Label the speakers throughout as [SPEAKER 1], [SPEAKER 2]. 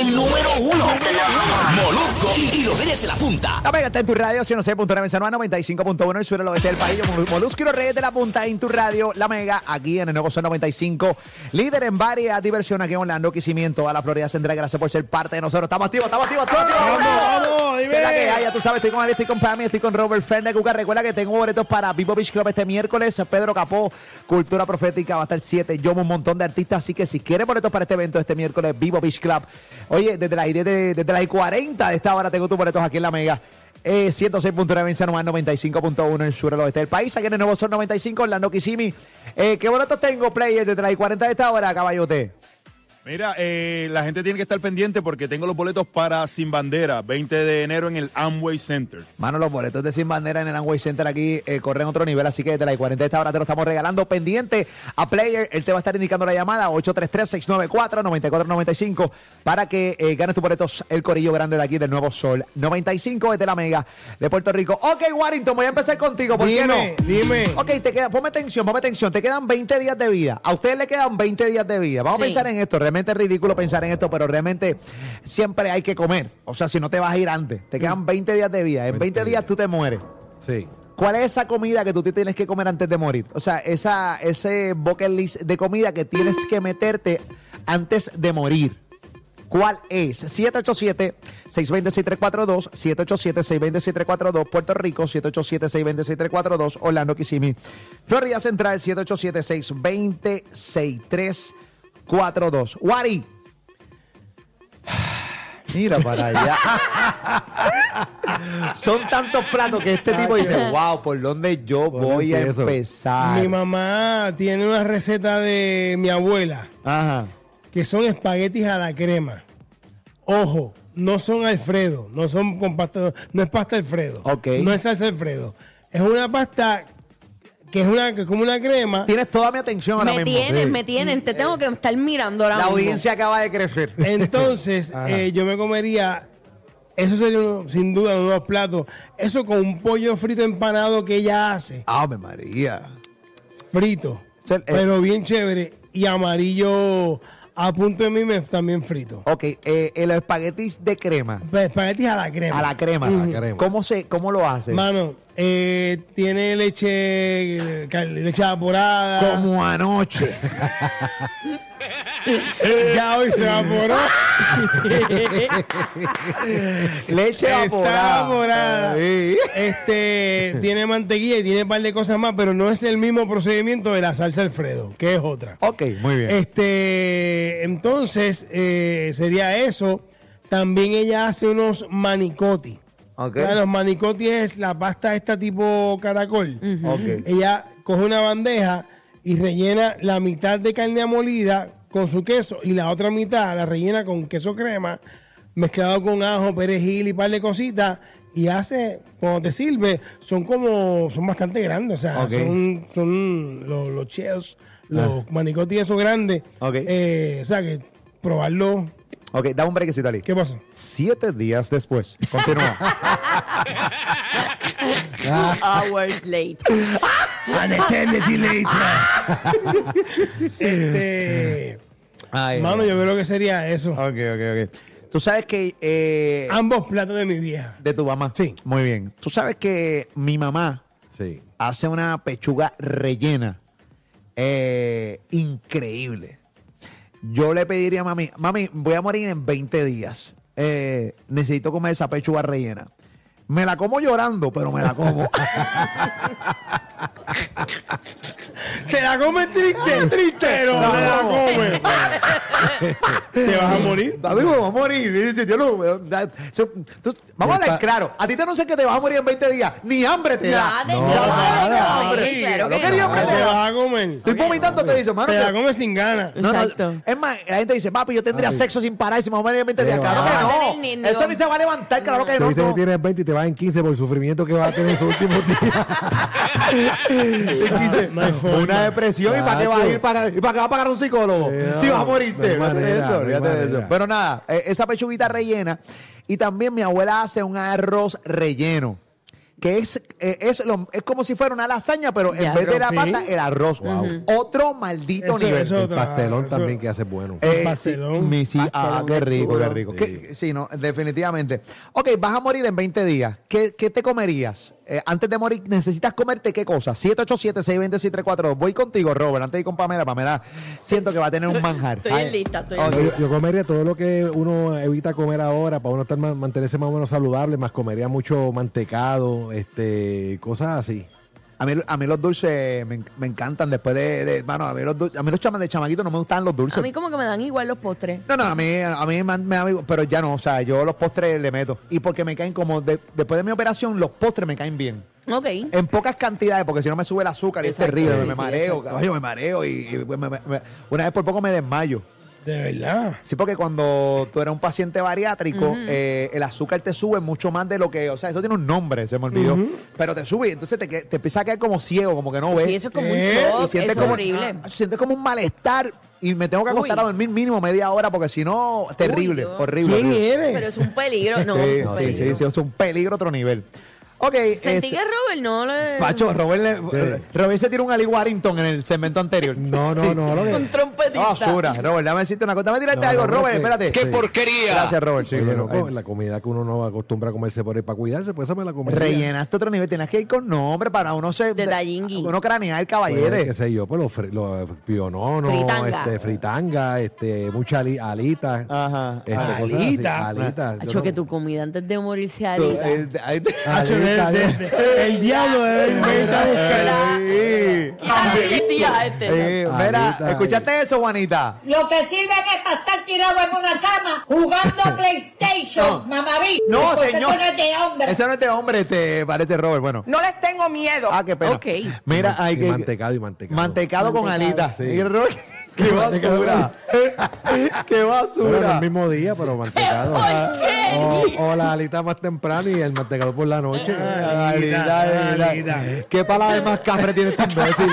[SPEAKER 1] El número uno. Molusco y, y Los de la Punta.
[SPEAKER 2] La pega está en tu radio, 106.9 en San Juan, 95.1 en el sur del oeste del país. Mol- Molusco y los Reyes de la Punta en tu radio. La Mega, aquí en el Nuevo Sol 95. Líder en varias diversión aquí en Orlando, Quisimiento, a la Florida Central. Gracias por ser parte de nosotros. Estamos activos, estamos activos, estamos activos.
[SPEAKER 3] vamos,
[SPEAKER 2] Esa es la que hay, ya tú sabes, estoy con Ari, estoy con Pami, estoy con Robert Fernández Cuca. Recuerda que tengo boletos para Vivo Beach Club este miércoles. Pedro Capó, Cultura Profética, va a estar 7. Yo, un montón de artistas. Así que si quieres boletos para este evento este miércoles, Vivo Beach Club. Oye, desde las, desde, desde las 40 de esta hora tengo tus boletos aquí en la Mega. Eh, 106.9 en San Juan, 95.1 en el sur del oeste del país. Aquí en el Nuevo Sol 95, Orlando Kissimi. Eh, ¿Qué boletos tengo, player, desde las 40 de esta hora, caballote?
[SPEAKER 3] Mira, eh, la gente tiene que estar pendiente porque tengo los boletos para Sin Bandera, 20 de enero en el Amway Center.
[SPEAKER 2] Mano, los boletos de Sin Bandera en el Amway Center aquí eh, corren otro nivel, así que desde las 40 de esta hora te lo estamos regalando. Pendiente a Player, él te va a estar indicando la llamada 833-694-9495 para que eh, ganes tus boletos el corillo grande de aquí del Nuevo Sol. 95 es de la Mega de Puerto Rico. Ok, Warrington, voy a empezar contigo, ¿por qué
[SPEAKER 4] Dime,
[SPEAKER 2] no?
[SPEAKER 4] dime.
[SPEAKER 2] Ok, te queda, ponme atención, ponme atención, te quedan 20 días de vida. A ustedes le quedan 20 días de vida. Vamos a pensar en esto, realmente es ridículo pensar en esto, pero realmente siempre hay que comer. O sea, si no te vas a ir antes, te quedan 20 días de vida. En 20 días tú te mueres.
[SPEAKER 4] Sí.
[SPEAKER 2] ¿Cuál es esa comida que tú te tienes que comer antes de morir? O sea, esa, ese bucket list de comida que tienes que meterte antes de morir. ¿Cuál es? 787-620-6342, 787-620-6342, Puerto Rico, 787-620-6342, Orlando Kissimmee, Florida Central, 787-620-6342. Wari. Mira para allá. Son tantos platos que este tipo dice, wow, ¿por dónde yo voy a
[SPEAKER 4] empiezo?"
[SPEAKER 2] empezar?
[SPEAKER 4] Mi mamá tiene una receta de mi abuela,
[SPEAKER 2] Ajá.
[SPEAKER 4] que son espaguetis a la crema. Ojo, no son Alfredo, no son con pasta, no es pasta Alfredo.
[SPEAKER 2] Ok.
[SPEAKER 4] No es salsa Alfredo. Es una pasta que es una que es como una crema.
[SPEAKER 2] Tienes toda mi atención ahora
[SPEAKER 5] Me
[SPEAKER 2] mismo.
[SPEAKER 5] tienes,
[SPEAKER 2] Sí.
[SPEAKER 5] me tienes. Te tengo que estar mirando ahora
[SPEAKER 2] La
[SPEAKER 5] mismo.
[SPEAKER 2] audiencia acaba de crecer.
[SPEAKER 4] Entonces, eh, yo me comería, eso sería uno- sin duda uno de los platos. Eso con un pollo frito empanado que ella hace.
[SPEAKER 2] ¡Ave María!
[SPEAKER 4] frito,
[SPEAKER 2] Es el-
[SPEAKER 4] pero bien chévere y amarillo a punto de mime también frito.
[SPEAKER 2] Ok, eh, el espaguetis de crema.
[SPEAKER 4] Pues, Espaguetis a la crema.
[SPEAKER 2] A la crema. ¿Cómo, se, ¿Cómo lo hace?
[SPEAKER 4] Mano, eh, tiene leche, eh, cal- leche evaporada.
[SPEAKER 2] Como anoche.
[SPEAKER 4] Ya hoy se evaporó.
[SPEAKER 2] Leche
[SPEAKER 4] Está
[SPEAKER 2] evaporada.
[SPEAKER 4] evaporada.
[SPEAKER 2] Sí.
[SPEAKER 4] Este tiene mantequilla y tiene un par de cosas más, pero no es el mismo procedimiento de la salsa Alfredo, que es otra.
[SPEAKER 2] Ok, muy bien.
[SPEAKER 4] Este, entonces eh, sería eso. También ella hace unos manicotti.
[SPEAKER 2] Ok.
[SPEAKER 4] Ya, Los manicotti es la pasta esta tipo caracol.
[SPEAKER 2] Ok.
[SPEAKER 4] Ella coge una bandeja y rellena la mitad de carne molida con su queso y la otra mitad la rellena con queso crema mezclado con ajo, perejil y par de cositas y hace, cuando te sirve, son como, son bastante grandes, o sea,
[SPEAKER 2] Ok. Ah.
[SPEAKER 4] son, son los, los cheos, los manicotti esos grandes.
[SPEAKER 2] Ok.
[SPEAKER 4] Eh, o sea, que probarlo,
[SPEAKER 2] Ok, dame un brequecito ali
[SPEAKER 4] ¿qué pasa?
[SPEAKER 2] Siete días después. Continúa.
[SPEAKER 5] Two hours late.
[SPEAKER 4] Este,
[SPEAKER 2] Ay,
[SPEAKER 4] mano, yo creo que sería eso.
[SPEAKER 2] Ok, ok, ok. Tú sabes que... eh,
[SPEAKER 4] Ambos platos de mi vieja.
[SPEAKER 2] de tu mamá.
[SPEAKER 4] Sí.
[SPEAKER 2] Muy bien. Tú sabes que mi mamá
[SPEAKER 3] Sí.
[SPEAKER 2] hace una pechuga rellena. eh, increíble. Yo le pediría a mami, mami, voy a morir en 20 días. Eh, necesito comer esa pechuga rellena. Me la como llorando, pero me la como.
[SPEAKER 4] Te la comes triste, triste. Pero
[SPEAKER 2] No.
[SPEAKER 4] te la comes. te vas a morir.
[SPEAKER 2] Papi, me voy a morir. Y dice, yo no- me- da- so- tú- vamos a hablar claro. A ti te no sé que te vas a morir en 20 días. Ni hambre te
[SPEAKER 5] Nada,
[SPEAKER 2] da.
[SPEAKER 5] de-
[SPEAKER 2] Ya
[SPEAKER 5] nada,
[SPEAKER 2] vas a dar
[SPEAKER 5] no,
[SPEAKER 2] hambre.
[SPEAKER 5] sí, claro
[SPEAKER 2] No
[SPEAKER 5] que
[SPEAKER 2] quería
[SPEAKER 5] no.
[SPEAKER 4] Te
[SPEAKER 2] hambre te da.
[SPEAKER 4] vas a comer.
[SPEAKER 2] Estoy vomitando, te dice, mano.
[SPEAKER 4] Te la
[SPEAKER 2] te-
[SPEAKER 4] comes sin ganas.
[SPEAKER 2] No, no,
[SPEAKER 5] Exacto.
[SPEAKER 2] es más, la gente dice, papi, yo tendría sexo sin parar y si me voy a morir en 20 días.
[SPEAKER 6] Te
[SPEAKER 2] Claro
[SPEAKER 6] va.
[SPEAKER 5] No va a
[SPEAKER 2] que
[SPEAKER 5] tener ni-
[SPEAKER 2] no.
[SPEAKER 5] ni
[SPEAKER 2] Eso
[SPEAKER 5] dos.
[SPEAKER 2] ni se va a levantar, claro que
[SPEAKER 6] Te
[SPEAKER 2] no.
[SPEAKER 6] dicen
[SPEAKER 2] no.
[SPEAKER 6] que tienes 20 y te vas en 15 por el sufrimiento que vas a tener en esos últimos días.
[SPEAKER 2] Dice,
[SPEAKER 4] no hay forma.
[SPEAKER 2] una depresión y para qué vas a ir
[SPEAKER 6] Chacho.
[SPEAKER 2] para, y para qué vas a pagar un psicólogo
[SPEAKER 6] Eh,
[SPEAKER 2] si vas a
[SPEAKER 6] no, no hay
[SPEAKER 2] morirte olvídate de
[SPEAKER 6] manera,
[SPEAKER 2] eso,
[SPEAKER 6] no hay
[SPEAKER 2] olvídate de eso.
[SPEAKER 6] manera.
[SPEAKER 2] pero nada eh, esa pechuguita rellena y también mi abuela hace un arroz relleno que es, eh, es, lo- es como si fuera una lasaña, pero en
[SPEAKER 5] Ya,
[SPEAKER 2] vez de
[SPEAKER 5] pero
[SPEAKER 2] la
[SPEAKER 4] sí.
[SPEAKER 2] pata, el arroz. Otro maldito
[SPEAKER 4] Eso-
[SPEAKER 2] nivel.
[SPEAKER 4] eso
[SPEAKER 6] El
[SPEAKER 4] otra-
[SPEAKER 6] pastelón
[SPEAKER 4] eso-
[SPEAKER 6] también que hace bueno.
[SPEAKER 2] Eh,
[SPEAKER 4] pastelón.
[SPEAKER 2] sí, mi- sí, ah, qué rico, qué rico.
[SPEAKER 6] Sí.
[SPEAKER 2] ¿Qué- sí, no, definitivamente. Ok, vas a morir en 20 días. ¿Qué, qué te comerías? Eh, antes de morir, ¿necesitas comerte qué cosa? 787-620-6342. Voy contigo, Robert. Antes de ir con Pamela, Pamela, siento que va a tener un manjar.
[SPEAKER 5] Estoy en lista, estoy en
[SPEAKER 2] Ok.
[SPEAKER 6] Yo, yo comería todo lo que uno evita comer ahora para uno estar ma- mantenerse más o menos saludable, más comería mucho mantecado, este, cosas así.
[SPEAKER 2] A mí, a mí los dulces me, en- me encantan después de... de- mano, a mí los, dul- a mí los chama- de chamaquito no me gustan los dulces.
[SPEAKER 5] A mí como que me dan igual los postres.
[SPEAKER 2] No, no, a mí, a mí me, me da mi- pero ya no, o sea, yo los postres le meto. Y porque me caen como, de- después de mi operación, los postres me caen bien.
[SPEAKER 5] Ok.
[SPEAKER 2] En pocas cantidades, porque si no me sube el azúcar y es
[SPEAKER 5] Exacto,
[SPEAKER 2] terrible,
[SPEAKER 5] sí,
[SPEAKER 2] me
[SPEAKER 5] sí,
[SPEAKER 2] mareo,
[SPEAKER 5] exacto.
[SPEAKER 2] caballo, me mareo y, y me- me- me- una vez por poco me desmayo.
[SPEAKER 4] De verdad.
[SPEAKER 2] Sí, porque cuando tú eres un paciente bariátrico, eh, el azúcar te sube mucho más de lo que, o sea, eso tiene un nombre, se me olvidó, pero te sube y entonces te, que- te empieza a quedar como ciego, como que no ves. Eh,
[SPEAKER 5] Sí, eso es como un
[SPEAKER 4] ¿Qué?
[SPEAKER 2] Y
[SPEAKER 5] shock,
[SPEAKER 2] sientes
[SPEAKER 5] es
[SPEAKER 2] como,
[SPEAKER 5] horrible.
[SPEAKER 2] ah, sientes como un malestar y me tengo que acostar
[SPEAKER 5] Uy.
[SPEAKER 2] a dormir mínimo media hora porque si no, terrible,
[SPEAKER 5] Dios.
[SPEAKER 2] horrible.
[SPEAKER 4] ¿Quién
[SPEAKER 2] horrible.
[SPEAKER 4] eres?
[SPEAKER 5] Pero es un peligro, no,
[SPEAKER 2] Sí,
[SPEAKER 5] es un
[SPEAKER 2] sí, sí,
[SPEAKER 5] peligro.
[SPEAKER 2] sí, es un peligro a otro nivel. Ok,
[SPEAKER 5] Sentí
[SPEAKER 2] este-
[SPEAKER 5] que Robert no le...
[SPEAKER 2] Pacho, Robert, le-
[SPEAKER 6] Sí.
[SPEAKER 2] Robert se tiró un Ali Warrington en el segmento anterior.
[SPEAKER 6] No, no, no, lo que-
[SPEAKER 5] Un trompetista.
[SPEAKER 2] eh, No, basura, Robert, dame decirte una cosa. Dame tirarte
[SPEAKER 6] No,
[SPEAKER 2] algo,
[SPEAKER 6] no,
[SPEAKER 2] Robert,
[SPEAKER 6] que-
[SPEAKER 2] espérate.
[SPEAKER 6] ¡Qué
[SPEAKER 1] porquería!
[SPEAKER 2] Gracias, Robert. sí,
[SPEAKER 6] Oye,
[SPEAKER 2] bueno,
[SPEAKER 6] loco,
[SPEAKER 2] eh,
[SPEAKER 6] la comida que uno no acostumbra a comerse por ahí para cuidarse, pues esa me la comería.
[SPEAKER 2] rellenaste otro nivel. Tenías que ir con nombre para uno se.
[SPEAKER 5] Detallingui.
[SPEAKER 2] Uno cranear el
[SPEAKER 6] Pues, qué
[SPEAKER 2] caballete.
[SPEAKER 6] sé yo, pues los, fri- los piononos,
[SPEAKER 5] Fritanga.
[SPEAKER 6] este, fritanga, este, muchas ali- alitas.
[SPEAKER 2] Ajá.
[SPEAKER 6] este, cosas así,
[SPEAKER 4] Alita.
[SPEAKER 6] alitas. Yo
[SPEAKER 5] Hacho,
[SPEAKER 6] no-
[SPEAKER 5] que tu comida antes de morirse
[SPEAKER 2] Tú,
[SPEAKER 5] alita.
[SPEAKER 2] eh, ahí te-
[SPEAKER 6] Ah,
[SPEAKER 4] Hacho, de-
[SPEAKER 6] Alita,
[SPEAKER 4] de-
[SPEAKER 6] alita.
[SPEAKER 4] de- el diablo debe inventar buscar.
[SPEAKER 2] Sí.
[SPEAKER 5] Quítale el día a este.
[SPEAKER 2] Eh, Mira,
[SPEAKER 6] Alita,
[SPEAKER 2] ¿escuchaste eso, Juanita?
[SPEAKER 7] Lo que sirven es para estar tirado en una cama jugando a PlayStation, mamaví.
[SPEAKER 2] No,
[SPEAKER 7] Porque
[SPEAKER 2] señor.
[SPEAKER 7] Eso no es de hombre.
[SPEAKER 2] Eso no es de hombre, te parece, Robert. Bueno.
[SPEAKER 7] No les tengo miedo.
[SPEAKER 2] Ah, qué pena.
[SPEAKER 5] Ok.
[SPEAKER 2] Mira, hay
[SPEAKER 6] Y
[SPEAKER 2] que.
[SPEAKER 6] mantecado y mantecado.
[SPEAKER 2] Mantecado con alitas.
[SPEAKER 6] sí.
[SPEAKER 2] Y Roy, ¡Qué
[SPEAKER 6] Mantecado.
[SPEAKER 2] basura! ¡Qué
[SPEAKER 6] Bueno, no el
[SPEAKER 2] basura!
[SPEAKER 6] mismo día, pero mantecado. O, o la alita más temprano y el mantecado por la noche.
[SPEAKER 2] Ah, Alita, alita.
[SPEAKER 4] alita.
[SPEAKER 2] ¿Qué palabra más cafre tiene este imbécil?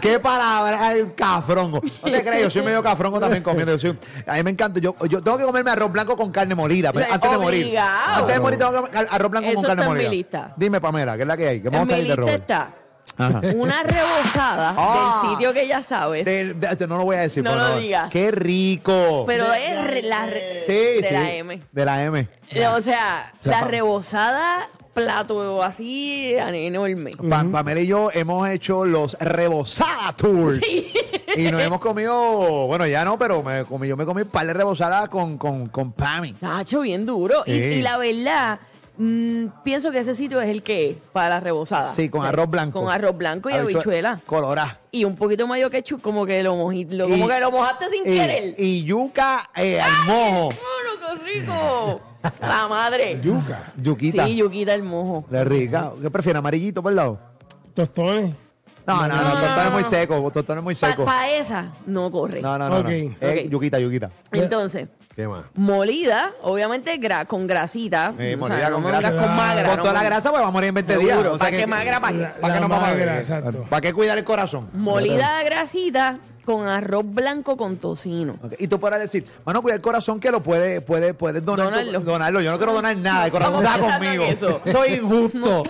[SPEAKER 2] ¿Qué palabra? El cafrongo. No te creas, yo soy medio cafrongo también comiendo. Yo soy- a mí me encanta. Yo, yo tengo que comerme arroz blanco con carne molida pero
[SPEAKER 5] Eh,
[SPEAKER 2] antes de morir.
[SPEAKER 5] obligado.
[SPEAKER 2] Antes de morir tengo que comer arroz blanco
[SPEAKER 5] Eso
[SPEAKER 2] con carne
[SPEAKER 5] está en mi
[SPEAKER 2] molida.
[SPEAKER 5] lista.
[SPEAKER 2] Dime, Pamela, ¿qué es la que hay? Que
[SPEAKER 5] En
[SPEAKER 2] vamos a
[SPEAKER 5] mi
[SPEAKER 2] salir de
[SPEAKER 5] lista
[SPEAKER 2] Robert.
[SPEAKER 5] está
[SPEAKER 2] Ajá.
[SPEAKER 5] una rebozada
[SPEAKER 2] Ah.
[SPEAKER 5] del sitio que ya sabes.
[SPEAKER 2] Del- de- no lo voy a decir.
[SPEAKER 5] No
[SPEAKER 2] por
[SPEAKER 5] lo
[SPEAKER 2] favor.
[SPEAKER 5] digas.
[SPEAKER 2] ¡Qué rico!
[SPEAKER 5] pero es re- la re-
[SPEAKER 2] sí,
[SPEAKER 5] de
[SPEAKER 2] sí.
[SPEAKER 5] la M.
[SPEAKER 2] De la M.
[SPEAKER 5] Eh, O sea, la
[SPEAKER 2] pa-
[SPEAKER 5] rebozada, plato así enorme.
[SPEAKER 2] Pa- Pamela y yo hemos hecho los rebozada tours. Y nos hemos comido, bueno, ya no, pero me comí, yo me comí un par de rebozadas con, con, con Pami.
[SPEAKER 5] Nacho, bien duro. Y,
[SPEAKER 2] Sí.
[SPEAKER 5] y la verdad, mm, pienso que ese sitio es el que es para la rebozada.
[SPEAKER 2] Sí, con
[SPEAKER 5] O sea,
[SPEAKER 2] arroz blanco.
[SPEAKER 5] Con arroz blanco y habichuela.
[SPEAKER 2] Colorá.
[SPEAKER 5] Y un poquito de mayo ketchup, como que lo, moji- lo- como
[SPEAKER 2] Y-
[SPEAKER 5] que lo mojaste sin querer.
[SPEAKER 2] Y, y yuca eh, al mojo.
[SPEAKER 5] ¡Bueno, qué rico! La madre.
[SPEAKER 4] Yuca.
[SPEAKER 2] Yuquita.
[SPEAKER 5] Sí, yuquita el mojo.
[SPEAKER 2] De rica. ¿Qué prefieren? ¿Amarillito por el lado?
[SPEAKER 4] Tostones.
[SPEAKER 2] No, no,
[SPEAKER 5] no,
[SPEAKER 2] no,
[SPEAKER 5] no,
[SPEAKER 2] tostón es
[SPEAKER 5] no,
[SPEAKER 2] muy
[SPEAKER 5] no.
[SPEAKER 2] seco. Tostón es muy
[SPEAKER 5] Para
[SPEAKER 2] seco.
[SPEAKER 5] esa no corre.
[SPEAKER 2] No, no, no. no.
[SPEAKER 4] Ok.
[SPEAKER 2] Eh,
[SPEAKER 5] Ok.
[SPEAKER 2] Yuquita, yuquita.
[SPEAKER 5] Entonces,
[SPEAKER 6] ¿Qué más?
[SPEAKER 5] molida, obviamente gra- con grasita.
[SPEAKER 2] Eh,
[SPEAKER 5] O sea,
[SPEAKER 2] molida
[SPEAKER 5] no
[SPEAKER 2] con
[SPEAKER 5] me
[SPEAKER 2] grasa.
[SPEAKER 5] vengas con magra.
[SPEAKER 2] Con
[SPEAKER 5] no
[SPEAKER 2] toda la
[SPEAKER 5] me-
[SPEAKER 2] grasa, pues va a morir en 20 días.
[SPEAKER 5] Seguro,
[SPEAKER 2] O sea
[SPEAKER 5] ¿para qué magra, para qué?
[SPEAKER 4] La-
[SPEAKER 2] ¿Para qué nos vamos a
[SPEAKER 4] magra,
[SPEAKER 2] beber?
[SPEAKER 4] exacto.
[SPEAKER 2] ¿Para qué cuidar el corazón?
[SPEAKER 5] Molida grasita con arroz blanco con tocino.
[SPEAKER 2] Ok, Y tú podrás decir, mano, cuida el corazón que lo puede, puede, puedes donar tu-
[SPEAKER 5] Donarlo.
[SPEAKER 2] donarlo. Yo no quiero donar nada, el corazón
[SPEAKER 5] Estamos
[SPEAKER 2] está
[SPEAKER 5] pensando
[SPEAKER 2] conmigo.
[SPEAKER 5] en eso.
[SPEAKER 2] Soy injusto.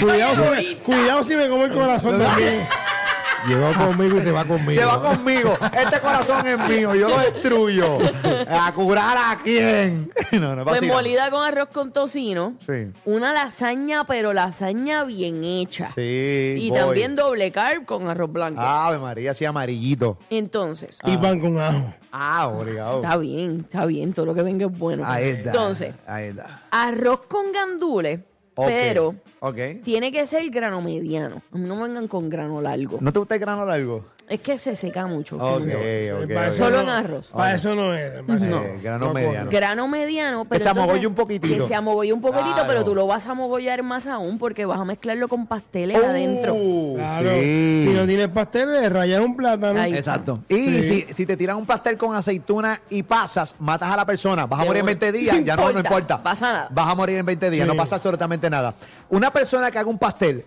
[SPEAKER 4] Cuidado si, me, cuidado si me como el corazón también.
[SPEAKER 6] Llegó conmigo y se va conmigo.
[SPEAKER 2] Se va conmigo. Este corazón es mío, yo lo destruyo. ¿A curar a quién? No, no,
[SPEAKER 5] Pues
[SPEAKER 2] vacila.
[SPEAKER 5] molida con arroz con tocino.
[SPEAKER 2] Sí.
[SPEAKER 5] Una lasaña, pero lasaña bien hecha.
[SPEAKER 2] Sí,
[SPEAKER 5] Y
[SPEAKER 2] voy. Ah.
[SPEAKER 5] también doble carb con arroz blanco.
[SPEAKER 2] Ave María, así amarillito.
[SPEAKER 5] Entonces,
[SPEAKER 4] Y pan con ajo.
[SPEAKER 2] Ah, obligado.
[SPEAKER 5] está bien, está bien, todo lo que venga es bueno.
[SPEAKER 2] Ahí está.
[SPEAKER 5] Entonces,
[SPEAKER 2] Ahí está.
[SPEAKER 5] arroz con gandules
[SPEAKER 2] Ok,
[SPEAKER 5] Pero
[SPEAKER 2] ok.
[SPEAKER 5] tiene que ser grano mediano. A mí No me vengan con grano largo.
[SPEAKER 2] ¿No te gusta el grano largo?
[SPEAKER 5] Es que se seca mucho.
[SPEAKER 2] Ok, ok.
[SPEAKER 4] Para
[SPEAKER 2] ok.
[SPEAKER 4] eso
[SPEAKER 5] Solo
[SPEAKER 4] no-
[SPEAKER 5] en arroz.
[SPEAKER 4] Para eso no era. para eso
[SPEAKER 2] Eh,
[SPEAKER 4] no.
[SPEAKER 2] grano
[SPEAKER 4] No,
[SPEAKER 2] mediano.
[SPEAKER 5] Grano mediano, pero.
[SPEAKER 2] se
[SPEAKER 5] entonces-
[SPEAKER 2] amogolle un poquitito.
[SPEAKER 5] Que se amogolle un poquitito,
[SPEAKER 2] Claro.
[SPEAKER 5] pero tú lo vas a amogollar más aún porque vas a mezclarlo con pasteles adentro.
[SPEAKER 2] Uh,
[SPEAKER 4] Claro.
[SPEAKER 2] sí.
[SPEAKER 4] Si no tienes pasteles, rayar un plátano.
[SPEAKER 5] Ahí.
[SPEAKER 2] Exacto. Y si, si te tiran un pastel con aceituna y pasas, matas a la persona. Vas a
[SPEAKER 5] De
[SPEAKER 2] morir en
[SPEAKER 5] una.
[SPEAKER 2] 20 días.
[SPEAKER 5] No
[SPEAKER 2] Ya no, no
[SPEAKER 5] importa,
[SPEAKER 2] importa.
[SPEAKER 5] pasa nada.
[SPEAKER 2] Vas a morir en 20 días.
[SPEAKER 4] Sí.
[SPEAKER 2] No pasa absolutamente nada. Una persona que haga un pastel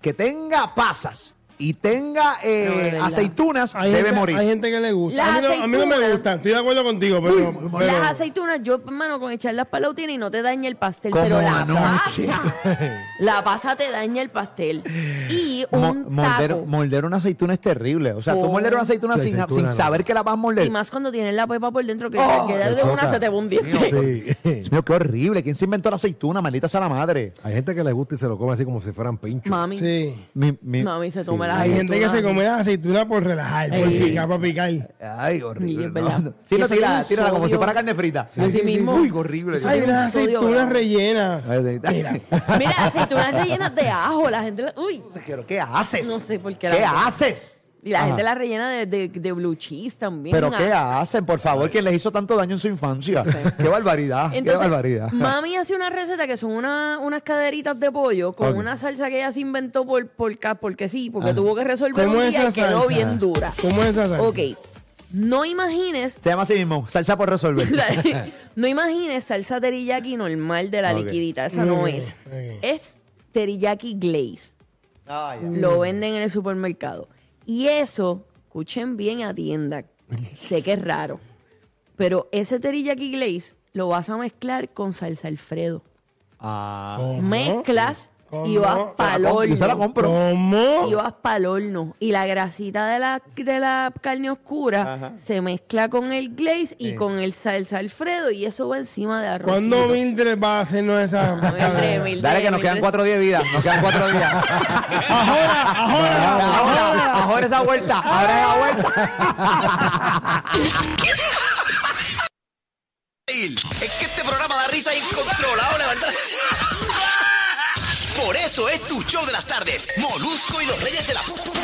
[SPEAKER 2] que tenga pasas y tenga eh,
[SPEAKER 5] No, de verdad.
[SPEAKER 2] aceitunas
[SPEAKER 4] Hay
[SPEAKER 2] debe
[SPEAKER 4] gente-
[SPEAKER 2] morir.
[SPEAKER 4] Hay gente que le gusta.
[SPEAKER 5] Las
[SPEAKER 4] a, mí no, a mí no me
[SPEAKER 5] aceitunas.
[SPEAKER 4] gusta. Estoy de acuerdo contigo, pero. pero-
[SPEAKER 5] Las aceitunas, yo, hermano, con echarlas para la y no te daña el pastel,
[SPEAKER 2] Como
[SPEAKER 5] pero la
[SPEAKER 2] anoche.
[SPEAKER 5] pasa. la pasa te daña el pastel. Y
[SPEAKER 2] Mo-
[SPEAKER 5] un
[SPEAKER 2] morder,
[SPEAKER 5] taco.
[SPEAKER 2] morder una aceituna es terrible. O sea, tú
[SPEAKER 5] Oh.
[SPEAKER 2] morder una aceituna,
[SPEAKER 6] Sí,
[SPEAKER 2] sin,
[SPEAKER 6] aceituna,
[SPEAKER 2] sin
[SPEAKER 6] no.
[SPEAKER 2] saber que la vas a morder.
[SPEAKER 5] Y más cuando tienes la pepa por dentro, que
[SPEAKER 2] Oh,
[SPEAKER 5] te queda
[SPEAKER 6] te
[SPEAKER 5] de una,
[SPEAKER 6] choca.
[SPEAKER 5] se te va un diente.
[SPEAKER 6] Sí.
[SPEAKER 2] Dios mío, qué horrible. ¿Quién se inventó la aceituna? Maldita sea la madre.
[SPEAKER 6] Hay gente que le gusta y se lo come así como si fueran pinchos.
[SPEAKER 5] Mami,
[SPEAKER 4] Sí.
[SPEAKER 2] Mi- mi-
[SPEAKER 5] mami se toma las
[SPEAKER 4] Hay gente que se
[SPEAKER 5] aceitunas.
[SPEAKER 4] come las aceitunas por relajar, por
[SPEAKER 5] Ey.
[SPEAKER 4] picar, para picar.
[SPEAKER 2] Ay, horrible.
[SPEAKER 5] Sí, es verdad.
[SPEAKER 2] no. Sí,
[SPEAKER 5] Y
[SPEAKER 2] no,
[SPEAKER 5] eso tiene
[SPEAKER 2] tírala,
[SPEAKER 5] un
[SPEAKER 2] tírala como si
[SPEAKER 5] sodio.
[SPEAKER 2] fuera carne frita.
[SPEAKER 5] Así mismo.
[SPEAKER 2] Uy, qué horrible.
[SPEAKER 5] Eso
[SPEAKER 4] Hay
[SPEAKER 5] tiene un
[SPEAKER 4] unas
[SPEAKER 5] sodio
[SPEAKER 4] aceitunas
[SPEAKER 5] bravo.
[SPEAKER 4] rellenas.
[SPEAKER 2] Ay, ay,
[SPEAKER 4] Mira.
[SPEAKER 5] Mira, aceitunas rellenas de ajo. La gente. la- Uy.
[SPEAKER 2] Pero, ¿qué haces?
[SPEAKER 5] No sé por qué la
[SPEAKER 2] ¿Qué
[SPEAKER 5] gente-
[SPEAKER 2] haces?
[SPEAKER 5] Y la
[SPEAKER 2] Ajá.
[SPEAKER 5] gente la rellena de, de, de blue cheese también.
[SPEAKER 2] Pero
[SPEAKER 5] Ah.
[SPEAKER 2] ¿qué hacen? Por favor, que les hizo tanto daño en su infancia. Qué barbaridad,
[SPEAKER 5] Entonces,
[SPEAKER 2] qué barbaridad.
[SPEAKER 5] mami hace una receta que son una- unas caderitas de pollo con
[SPEAKER 2] Ok.
[SPEAKER 5] una salsa que ella se inventó por, por ca- porque sí, porque tuvo que resolver
[SPEAKER 4] ¿Cómo
[SPEAKER 5] un
[SPEAKER 4] es
[SPEAKER 5] día
[SPEAKER 4] esa
[SPEAKER 5] y quedó
[SPEAKER 4] salsa?
[SPEAKER 5] bien dura.
[SPEAKER 4] ¿Cómo es esa salsa?
[SPEAKER 5] Ok, no imagines,
[SPEAKER 2] Se llama así mismo, salsa por resolver.
[SPEAKER 5] no imagines salsa teriyaki normal de la
[SPEAKER 2] Ok.
[SPEAKER 5] liquidita, esa no es.
[SPEAKER 4] ok.
[SPEAKER 5] Es teriyaki glaze,
[SPEAKER 2] Ah, ya.
[SPEAKER 5] lo venden en el supermercado. Y eso, escuchen bien y atiendan, sé que es raro, pero ese teriyaki glaze lo vas a mezclar con salsa Alfredo.
[SPEAKER 2] Ah.
[SPEAKER 4] ¿Cómo?
[SPEAKER 5] mezclas y
[SPEAKER 4] ¿Cómo?
[SPEAKER 5] vas
[SPEAKER 2] Se la
[SPEAKER 5] pa'l
[SPEAKER 2] compro, yo se la
[SPEAKER 5] horno.
[SPEAKER 2] compro.
[SPEAKER 5] Y
[SPEAKER 4] ¿Cómo?
[SPEAKER 5] vas pa'l horno. Y la grasita de la, de la carne oscura se mezcla con el glaze y con el salsa Alfredo y eso va encima de arroz.
[SPEAKER 4] ¿Cuándo Mildred va a hacernos esa.?
[SPEAKER 2] Dale que nos quedan cuatro días de vida, nos quedan cuatro días.
[SPEAKER 4] ¡Ahora! ¡Ahora!
[SPEAKER 2] ahora, ahora esa vuelta, ahora esa vuelta.
[SPEAKER 1] Es que este programa da risa incontrolable, la verdad. Por eso es tu show de las tardes. Molusco y los Reyes de la Punta.